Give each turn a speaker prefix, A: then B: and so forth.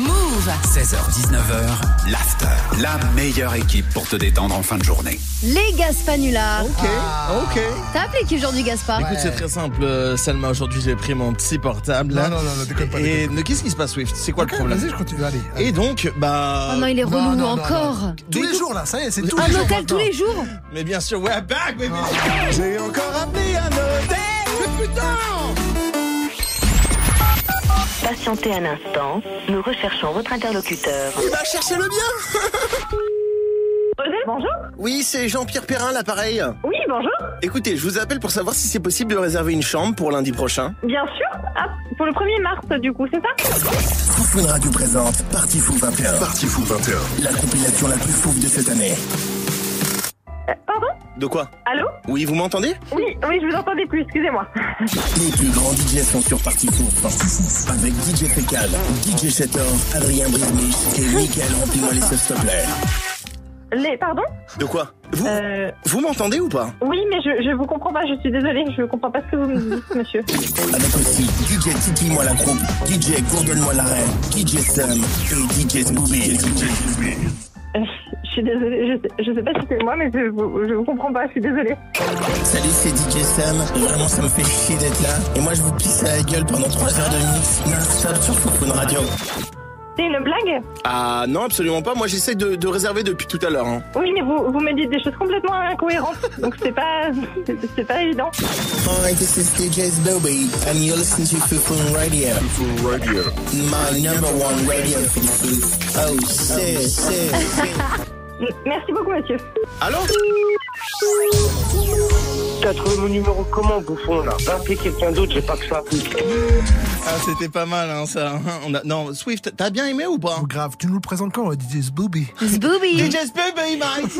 A: Move.
B: 16h-19h, l'after. La meilleure équipe pour te détendre en fin de journée.
A: Les Gaspanulas.
C: Ok, ok.
A: T'as appelé qui aujourd'hui, Gaspard
D: Ah, Écoute, c'est très simple, euh, Salma. Aujourd'hui, j'ai pris mon petit portable.
C: Non, non, non, non, déconne pas.
D: Et
C: déconne
D: ne- qu'est-ce qui se passe, Swift C'est quoi
C: pas.
D: le
C: Ok,
D: problème
C: Vas-y, je continue. Allez. allez.
D: Et donc, bah.
A: Oh non, il est
C: Non, euh, non,
A: relou, nous
C: non, non.
A: encore.
C: Tous les jours là, ça y est, c'est tous
A: Un
C: les jours.
A: hôtel tous les jours
D: Mais bien sûr, we're back, baby.
C: Ah. J'ai encore appelé un hôtel.
E: Patientez un instant, nous recherchons votre interlocuteur.
D: Il va chercher le bien.
F: Euh, Bonjour.
D: Oui, c'est Jean-Pierre Perrin, l'appareil.
F: Oui, bonjour.
D: Écoutez, je vous appelle pour savoir si c'est possible de réserver une chambre pour lundi prochain.
F: Bien sûr. Ah, pour le 1er mars, du coup, c'est ça
G: Fun Radio présente Party Fou 21.
B: Parti Fou 21.
G: La compilation la plus fou de cette année.
F: Euh, Pardon
D: De quoi
F: Allô
D: Oui, vous m'entendez
F: Oui, oui, je vous entendais plus, excusez-moi.
G: Les plus grands DJ sont sur Party Fou. Avec DJ Fécal, DJ Setor, Adrien Brismich et Mickaël Remplis-moi les sauces s'il te plaît.
F: Les, pardon
D: De quoi Vous,
F: Euh,
D: vous m'entendez ou pas
F: oui, mais je, je vous comprends pas, je suis désolée, je comprends pas ce que vous me dites, monsieur.
G: Avec aussi DJ Titi-moi la croupe, DJ Gourdonne-moi la reine, DJ Sam et DJ Scooby.
F: Euh, je suis désolée, je sais, je sais pas si c'est moi, mais je vous, je vous comprends pas, je suis désolée.
G: Salut, c'est DJ Sam. Vraiment, ça me fait chier d'être là. Et moi, je vous pisse à la gueule pendant 3 heures de mix non-stop sur Fun Radio.
F: C'est une blague
D: Ah non, absolument pas. Moi, j'essaie de, de réserver depuis tout à l'heure. hein.
F: Oui, mais vous, vous me dites des choses complètement incohérentes, donc c'est pas, c'est- c'est pas évident.
G: Hi, this is DJ's Bobby, and you're listening to Fufun Radio. My number one radio Fufun. Oh, c'est, c'est, c'est.
F: M- Merci beaucoup, monsieur.
D: Allô
H: T'as trouvé mon numéro comment, bouffon, là Va appeler quelqu'un d'autre, j'ai pas que ça.
D: Ah, c'était pas mal, hein, ça. On a- Non, Swift, t'as bien aimé ou pas
C: Oh, grave, tu nous le présentes quand, DJ Booby
A: Zbooby
D: DJ Spade, baby, mate.